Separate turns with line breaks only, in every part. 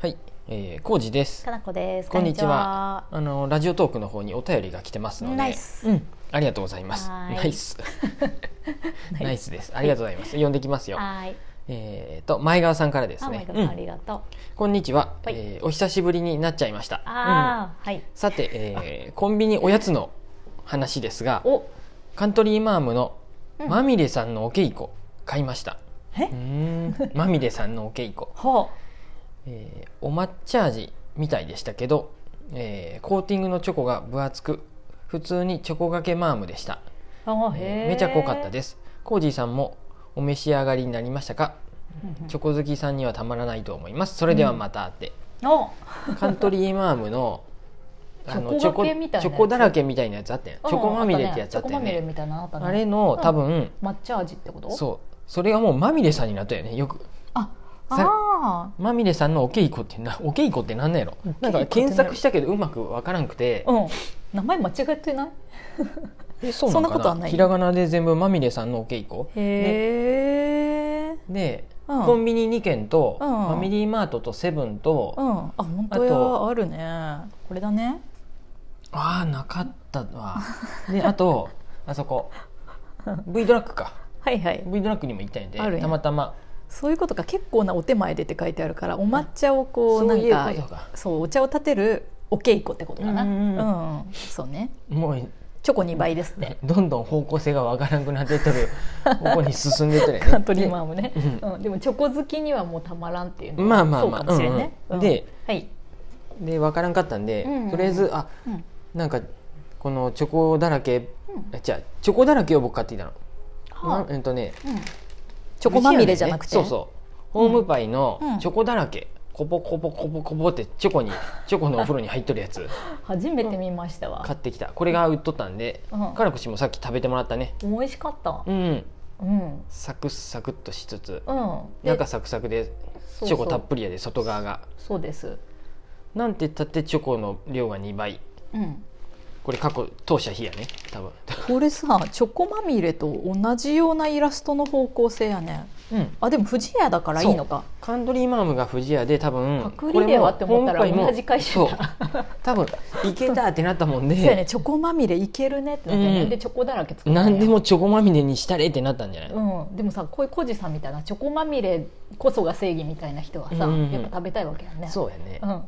はい、えー、コウジです
か。なこです。
こんにちは。あのラジオトークの方にお便りが来てますので、
ナイス
うん、ありがとうございます。
はーい
ナイ ス、
ナイス
ナイスです。ありがとうございます。読んできますよ。
こんにちは。はい。
えーと前川さんからです
あ、
ね
前。川
う
さんあ
ん
りがとう。
こんにちは、
はい
えーお久しぶりになっちゃいました。うん
ああ、はい。
さて、えーコンビニおやつの話ですが、
お、
カントリーマームの
うん
まみれさんのお稽古買いました。
え
うーんまみれさんのお稽古。
ほ
えーお抹茶味みたいでしたけど、えーコーティングのチョコが分厚く普通にチョコがけマームでした、
う。あー
えーめちゃ濃かった
す。
ですコージーさんもお召し上がりになりましたか
うんうん
チョコ好きさんにはたまらないと思いますそれではまたって、
お、
カントリーマームのあの
チョコがけみたいなやつ
チョコチョコだらけみたいなやつあったやんチョコまみれってやつあった
チョ
よ
コまみれ
ね
みたいなのあったね。
あれの多分、
抹茶味ってこと？う。
そうそれがもうまみれさんになったよねよく
あ、
さ
あ
まみれさんのお稽古ってなお 稽古ってなんなんやろ
お稽古って
な
なんんやろ
か検索したけどうまくわからんくて
あ、うん。名前間違えてない？
えそ
そんなことはない
ひらがなで全部まみれさんのお稽古
へえ。
で、
うん
コンビニ2軒と、
うん
ファミリーマートとセブンと、
うん。あ、本当
あ
や。
と
あるね。これだね。
ああなかった わであとあそこ V ドラッグか
はいはい。
V ドラッグにも行ったんで
あるやん
たまたま
そういうことか。結構なお手前でって書いてあるから、お抹茶をこう
そ
な
うんいう
か。
ことか
そうお茶を立てるお稽古ってことかな、
う
うんん
うんう
そうね
もう
チョコ2倍ですって、
どんどん方向性がわからなくなってってるここに進んでってるよね
カントリーマームね、
う
うん、でもチョコ好きにはもうたまらんっていうのは
まあまあまあ
そうかもしれんね、
うんうん
うん
で
はい、
ででわからんかったんで、
うんうん
とりあえずあ
うん
なんかこのチョコだらけ
うん
じゃチョコだらけを僕買ってきたの、
は
なえっとね
あうんチョコまみれじゃなくて、
そうそうホームパイ
う
の
ん
チョコだらけ、コポコポコポコポってチョコにチョコのお風呂に入っとるや つ
初めて見ましたわ、
買ってきたこれが売っとったんで、
うん
からこしもさっき食べてもらったね
美味しかった
うん
うん
サクッサクッとしつつ
うんで
中サクサクで
そうそう
チョコたっぷりやで外側が
そうです
なんて言ったってチョコの量が2倍
うん
これ過去当社日やね多分
これさチョコまみれと同じようなイラストの方向性やね
うん
あでも不二家だからいいのか
カントリーマームが不二家で多分
パクリではって思った
こ
ら
れもホームパイも
同じ会社だ
そう多分いけたってなったもん
そうやね
で、
チョコまみれいけるねってなってね、
うん
でチョコだらけ作ったんや
何でもチョコまみれにしたれってなったんじゃない、
うん、でもさこういうコジさんみたいなチョコまみれこそが正義みたいな人はさ、
うんうんうん
やっぱ食べたいわけやね
そうやね
う、ん、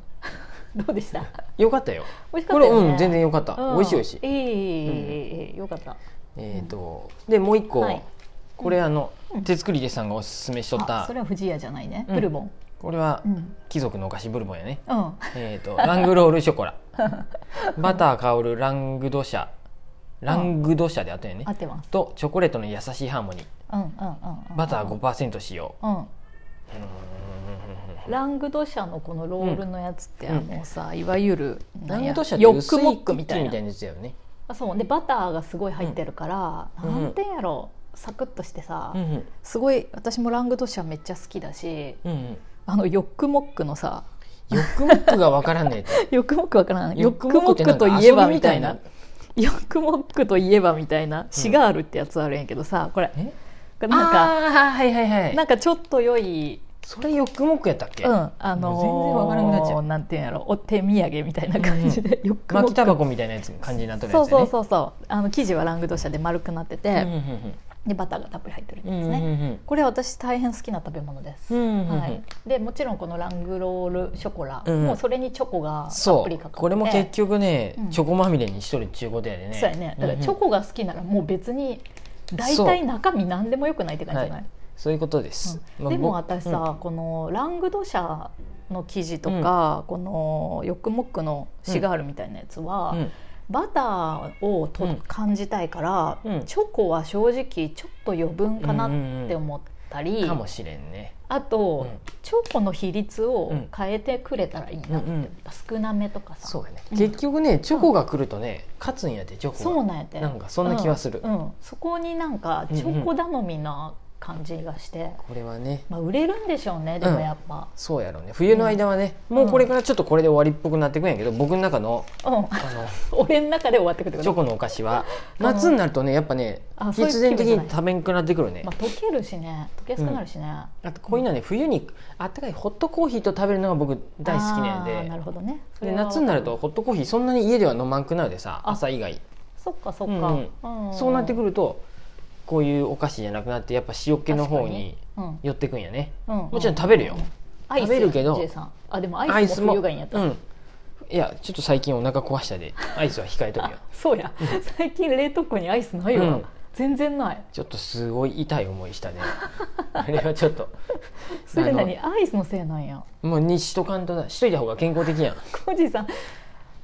どうでした
よかったよ
美味しか
こ
った
れ
よ、ね、
うん全然よかった、
うん
美味しい美味しい
いいいいいいいいよかった
えっ、とでもう一個、
はい
これあの、
うん
手作りでさんがおすすめしとっ
あ
た
それは不二家じゃないね、
うん
ブルボン
これは
うん、
貴族のお菓子ブルボンやね
うん、
えっ、とラングロールショコ ラバター香るラングドシャラングドシャであったよね
合ってます
とチョコレートの優しいハーモニー
うんうんうんうん
バター5%使用
うんラングド社のこのロールのやつって、
うん
あのさいわゆる
ラ
なん
ン
や
グドシャ
ヨ
って
ック
薄い
モ
ク
ック
み
み
た
た
い
い
な
な
やつだよね
あそうでバターがすごい入ってるから、
うん
なんてやろサクッとしてさ、
うんうん
すごい私もラングドシャめっちゃ好きだし
うんうん
あのヨックモックのさ
ヨックモックがわからんねえって
ヨックモックわからん
ヨ
ヨ
ッ
ッ
ク
ク
モック
モッ
って
ク
な
と
んか
いえばみたい
遊
な
びみ
ヨックモックといえばみたいなシガールってやつあるんやけどさこれ
え
なんか
あーはいはいはい
なんかちょっと良い、
それヨックモックやったっけ、
うん、あ
もう全然わ
の
からなくなっちゃ
ー
う
なんていうんやろお手土産みたいな感じで、ヨックモッ
巻
ク
きタバコみたいなやつ感じになってるや
そ
つ
う
ね
そうそうそうあの生地はラングドシャで丸くなってて、
うん
でバターがたっぷり入ってるん
う
で
ん
す
うん
ね、これは私大変好きな食べ物です、
うんうんうんうん
はい、でもちろんこのラングロールショコラ、
うん
もうそれにチョコがたっ
そ
ぷりかか
う
って
これも結局ね、
うん
チョコまみれにしとるっちゅうことやでね
そうやねだからチョ
うんうん
コが好きならもう別に大
そう
体中身何でもよくないって感じじゃない、
そういうことです、
うん
まあ
でも
僕
私さ、このラングドシャの生地とか、このヨックモックのシガールみたいなやつは、
うんうん
バターをと、
うん
感じたいから、
うん
チョコは正直ちょっと余分かなって思ったり、
かもしれんね
あと、
うん
チョコの比率を
うん
変えてくれたらいいなって思った、少なめとかさ
そうやね、
うん
結局ねチョコが来るとね勝つんやでチョコが
そうなんやて
なんかそんな気はする
うんうんそこになんか
うんうん
チョコ頼みな感じがして、
これはね
まあ、売れるんでしょうねでもやっぱ、
そうやろうね冬の間はね、もうこれからちょっとこれで終わりっぽくなってくんやけど僕の中の
うん
あの
俺の中で終わってくってこ
チョ
と、
コのお菓子は
あの
夏になるとねやっぱね
あそういう
必然的
気分
に
じゃない
食べんくなってくるね
まあ、溶けるしね溶けやすくなるしね、
あとこういうのはね冬にあったかいホットコーヒーと食べるのが僕大好きなん
あーな
で
るほどねそれ
で
は
夏になるとホットコーヒーそんなに家では飲まんくなるでさ
あ
朝以外
そっかそっか、
うん
ん
そうなってくるとこういうお菓子じゃなくなってやっぱ塩気の方に
確かに
寄ってくんやね
うんうん
もちろん食べるよ
アイス
食べるけど
J さんあでもアイスも冬がいいんやった、
うんいやちょっと最近お腹壊したでアイスは控えとくよ
あそうや最近冷凍庫にアイスないわ、
うん
全然ない
ちょっとすごい痛い思いした ねあれはちょっと
それ
あの
何アイスのせいなんや
もうにしとかんとなしといた方が健康的やん
コージさん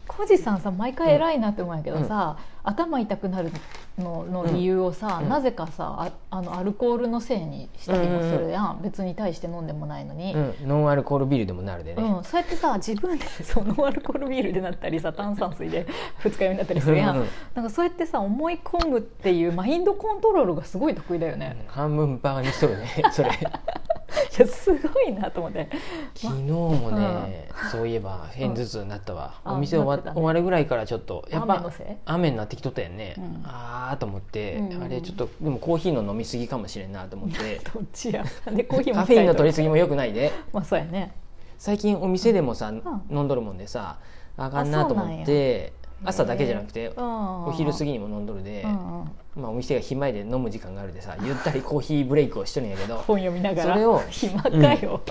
コージさんさ毎回偉いなって思うんやけどさ、頭痛くなるのの理由をさ、
うん
なぜかさああのアルコールのせいにしたりもするやん、別に対して飲んでもないのに、
うん、ノンアルコールビールでもなるでね、
うん、そうやってさ自分で そのアルコールビールでなったりさ炭酸水で 二日酔いになったりするやん
うんうん
なんかそうやってさ思い込むっていうマインドコントロールがすごい得意だよね、
半分バカにしとるね それ
いやすごいなと思って
昨日もね、そういえば偏頭痛になったわ、
うん
お店終わ,、
あなってたね
終わるぐらいからちょっとやっぱ
雨のせい
雨になってきとったよね、
うん
ああと思って、
うんうん
あれちょっとでもコーヒーの飲みすぎかもしれんなと思って
どっちやで コーヒーも
カフェインの取り
り
すぎもよくないで
まあそうやね
最近お店でもさ、
ん
飲んどるもんでさあかんなと思って朝だけじゃなくてお
お
昼過
ぎ
ぎにも飲んどるで、
うんうん、
まあ、お店が暇やで飲む時間があるでさゆったりコーヒーブレイクをしとるんやけど
本読みながら
それを
暇かよ、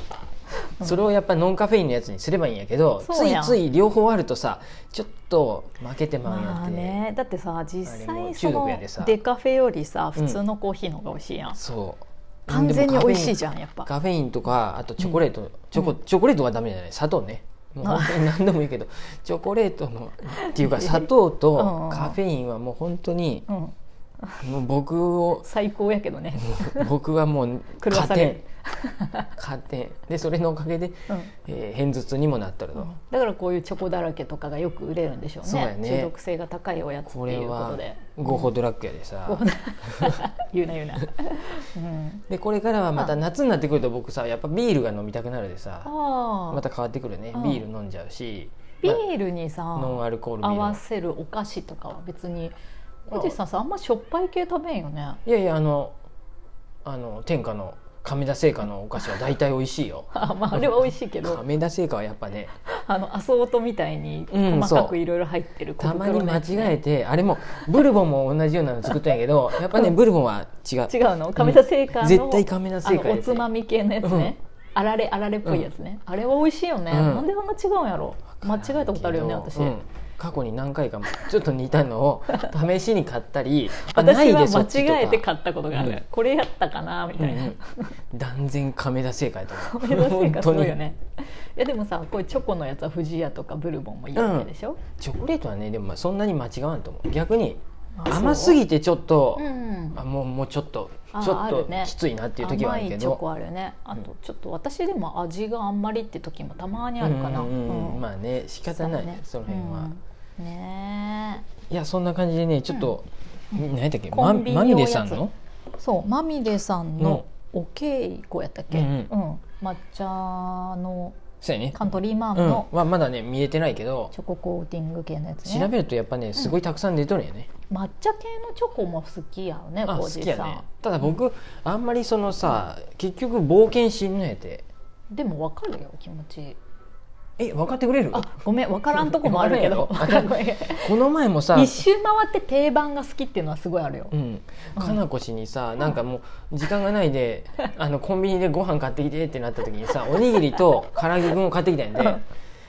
うん
それをやっぱノンカフェインのやつにすればいいんやけど
そ
つ
う
い
やん
つい両方あるとさちょっと負けてまうんやって、
まあねだってさ実
あれもう
際そ
中毒
の
やでさ
デカフェよりさ普通のコーヒーの方が美味しいやん、
そう
完全に美味しい
ゃ
じゃんやっぱ
んカフェインとかあとチョコレート、チョコ
うん
チョコレートはダメじゃない砂糖ねもう本当に何でもいいけどチョコレートのっていうか砂糖
うんうん
とカフェインはもう本当に
うん、
もう僕を
最高やけどね、
僕はもう
狂わ
加
され
点
る
加点でそれのおかげで、
うん
えー偏頭痛にもなっとると、
だからこういうチョコだらけとかがよく売れるんでしょう
そうや
ね
ね
中毒性が高いおやつって
これ
いうこ
は
とで
合法ドラッグやでさ、
ごほ 言うな言 うな、うん、
でこれからはまた
うん
夏になってくると僕さやっぱビールが飲みたくなるでさ
あ
ま
あ
た変わってくるね
うん
ビール飲んじゃうし、
ビ
ま
ールにさ
あノンアルコールビ
合
ー
わ
ル
せるお菓子とかは別に小路さんさあんましょっぱい系食べんよね
いやいやあのあの天下の亀田製菓のお菓子は大体美味しいよ
あまああれは美味しいけど
亀田製菓はやっぱね
あのアソートみたいに
うん
細か
そ
く
う
いろいろ入ってる小
たま
袋
に
の
間
やつね、
違えてあれもブルボンも同じようなの作ったんやけどやっぱねブルボンは違う
違うの亀田製菓の、
うん絶対亀田製菓
あのおつまみ系のやつね、あられあられっぽいやつね、あれは美味しいよね、
うん
なんであんな違うんやろ間違えたことあるよね私、
うん過去に何回かもちょっと似たのを試しに買ったりあな
私
いで
は
そっちとか
間違えて買ったことがある、
うん
これやったかなみたい
う
な、
ん断然亀田製菓やと思う
亀田製菓すごいよねいやでもさこういうチョコのやつは不二家とかブルボンもいいわけでし
本
ょ、
当にチョコレートはねでもまあそんなに間違わんと思う逆に
あそう
甘すぎてちょっと、
うん
あもうもうちょっと
あ
ちょっ
あ
と
るね
きついなっていう時はあるけ
甘いチョ
ど
コあるねあとちょっと私でも味があんまりって時もたまにあるかな、
うんうんうん
うん
まあね仕方ない、
そうね
その辺は、
うんね
いやそんな感じでねちょっと、何やったっけ
コ
ま
ンビニ
まみれさんの
えそうまみれさんのお稽古やったっけ、う
うんん
抹茶の
そうやね
カントリーマン
うん
の
はまだね見えてないけど
チョココーティング系のやつね、
調べるとやっぱねすごいたくさん出とるよね、
抹茶系のチョコも好きやよね
あ
浩
好
司
きや
さん、
ねただ僕、あんまりそのさ結局冒険しんのやて
でもわかるよ気持ち
え分かってくれる
あごめんわからんとこ もあるけ ど
わからんやろこの前もさ
一周回って定番が好きっていうのはすごいある よ
うん、
うん
かなこ氏にさ、なんかもう時間がない であのコンビニでご飯買ってきてってなった時にさおにぎりと唐揚げくんを買ってきたんやで、
うん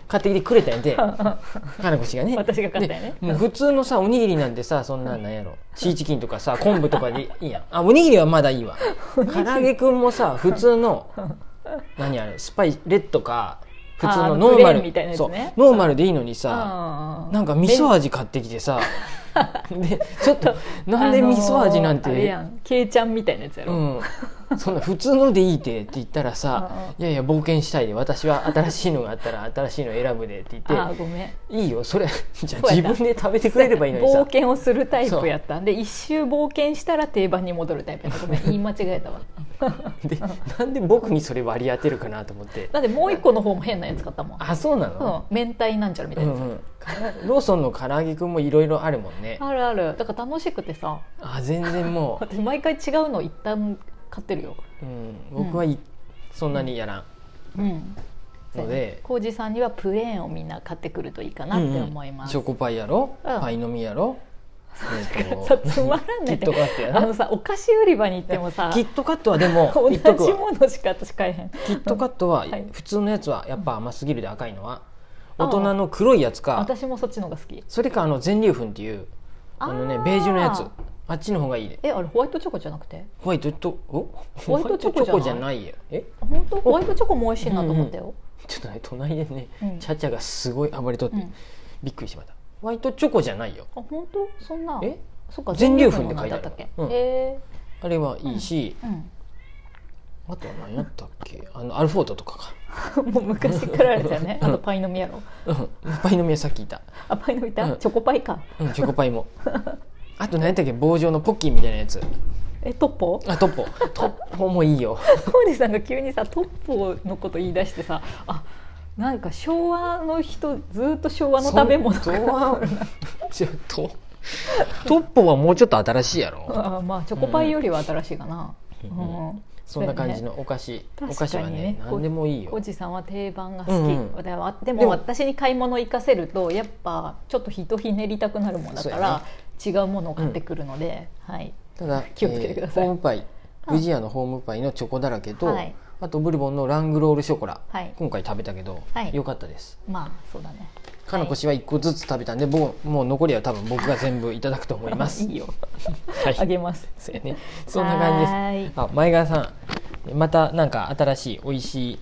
買ってきてくれたんやで、かなこ氏がね
私が買ったんやね
でもう普通のさおにぎりなんてさそんななんやろチーチキンとかさ昆布とかでいいやんあおにぎりはまだいい わ唐揚げくんもさ普通の何あれスパイレッドか普通
あーあ
の
の
ノーマル
プレーンみたいなやつね
そうノーマルでいいのにさ、
あ
なんか味噌味買ってきてさでちょっとなんで味噌味なん
あのーあれ
て、
やんけいちゃんみたいなやつやろ、
うん、そんな普通のでいいてって言ったらさ「
う
いやいや冒険したいで私は新しいのがあったら新しいの選ぶで」って言
あ
っ
ーごめん
て「いいよそれ じゃあ
そ
自
うやな
分で食べてくれればいいのに
冒
さ
険をするタイプやったんで一周冒険したら定番に戻るタイプやったご めん言い間違えたわ
でなんで僕にそれ割り当てるかなと思って
なんでもう一個の方も変なやつ買ったもん
あそうなの、
うん、明太なんちゃら
う
みたいなや
ん
つ、
うんからローソンの唐揚げくんもいろいろあるもんね
あるあるだから楽しくてさ
あ全然も
私毎回違うの一旦買ってるよ
う、うん、僕はいそんなにやらん
うん
ので、
浩二さんにはプレーンをみんな買ってくるといいかなって思いま
う
す、
んうんチョコパイやろ、
うん
パイのみやろ、えーと
さつまらんね
キットカットや
あ
な
のさお菓子売り場に行ってもさ
キットカットはでも
同じ
言っとくわ
ものしか私買えへん
キットカットは
はい
普通のやつはやっぱ甘すぎるで赤いのは
あ
大人の黒いやつか
私もそっちの方が好き
それかあの全粒粉っていうあのね
あー
ベージュのやつあっちの方がいいで
えあれホワイトチョコじゃなくて
ホワイトとお
ホワイトチョコじ
ホワイトじ
ゃない
ゃないよえ
本当ホワイトチョコも美味しいなと思ったよ、
ちょっとね隣でね、
うん
チャチャがすごい暴れとって、
うん
びっくりしましたホワイトチョコじゃないよ
あ本当そんな
え
そっか
全粒粉って書いて
だ
あ
っ
る
たっけ、
うん
へ
あれはいいし、
え
あとは何やったっけあのアルフォートとか
うん もう昔からあるじゃんねあとパイの実 やろ
かうんパイの実はさっきいた、
あパイの実いた、
うん
チョコパイか
うん、チョコパイ もあと何やったっけ棒状のポッキーみたいなやつ
えトッポ
あトッポトッポもいいよ
コージさんが急にさトッポのこと言い出してさあなんか昭和の人ずっと昭和の食べ物
そんとは ちょっとトッポはもうちょっと新しいやろ
あまあチョコパイよりは新しいかな、
う
うんん
そんな感じのお菓子、
そうやね
お菓子はね
確かにね
何でもいい
コー
よ
ジさんは定番が好き、
うんうん
でもで
で
も
も
私に買い物行かせるとやっぱちょっとひとひねりたくなるもんだか
そうや
ら、違うものを買ってくるので、はい
ただ
気をつけてください
えーホームパイ不二家のホームパイのチョコだらけと、
はい
あとブルボンのラングロールショコラ、
はい
今回食べたけど、
はい
良かったです
まあそうだね
かのこしは1個ずつ食べたんで、もうもう残りは多分僕が全部いただくと思います
いいよ
はい
あげます
そうやねそんな感じです
じです
あ前川さんまたなんか新しい美味しい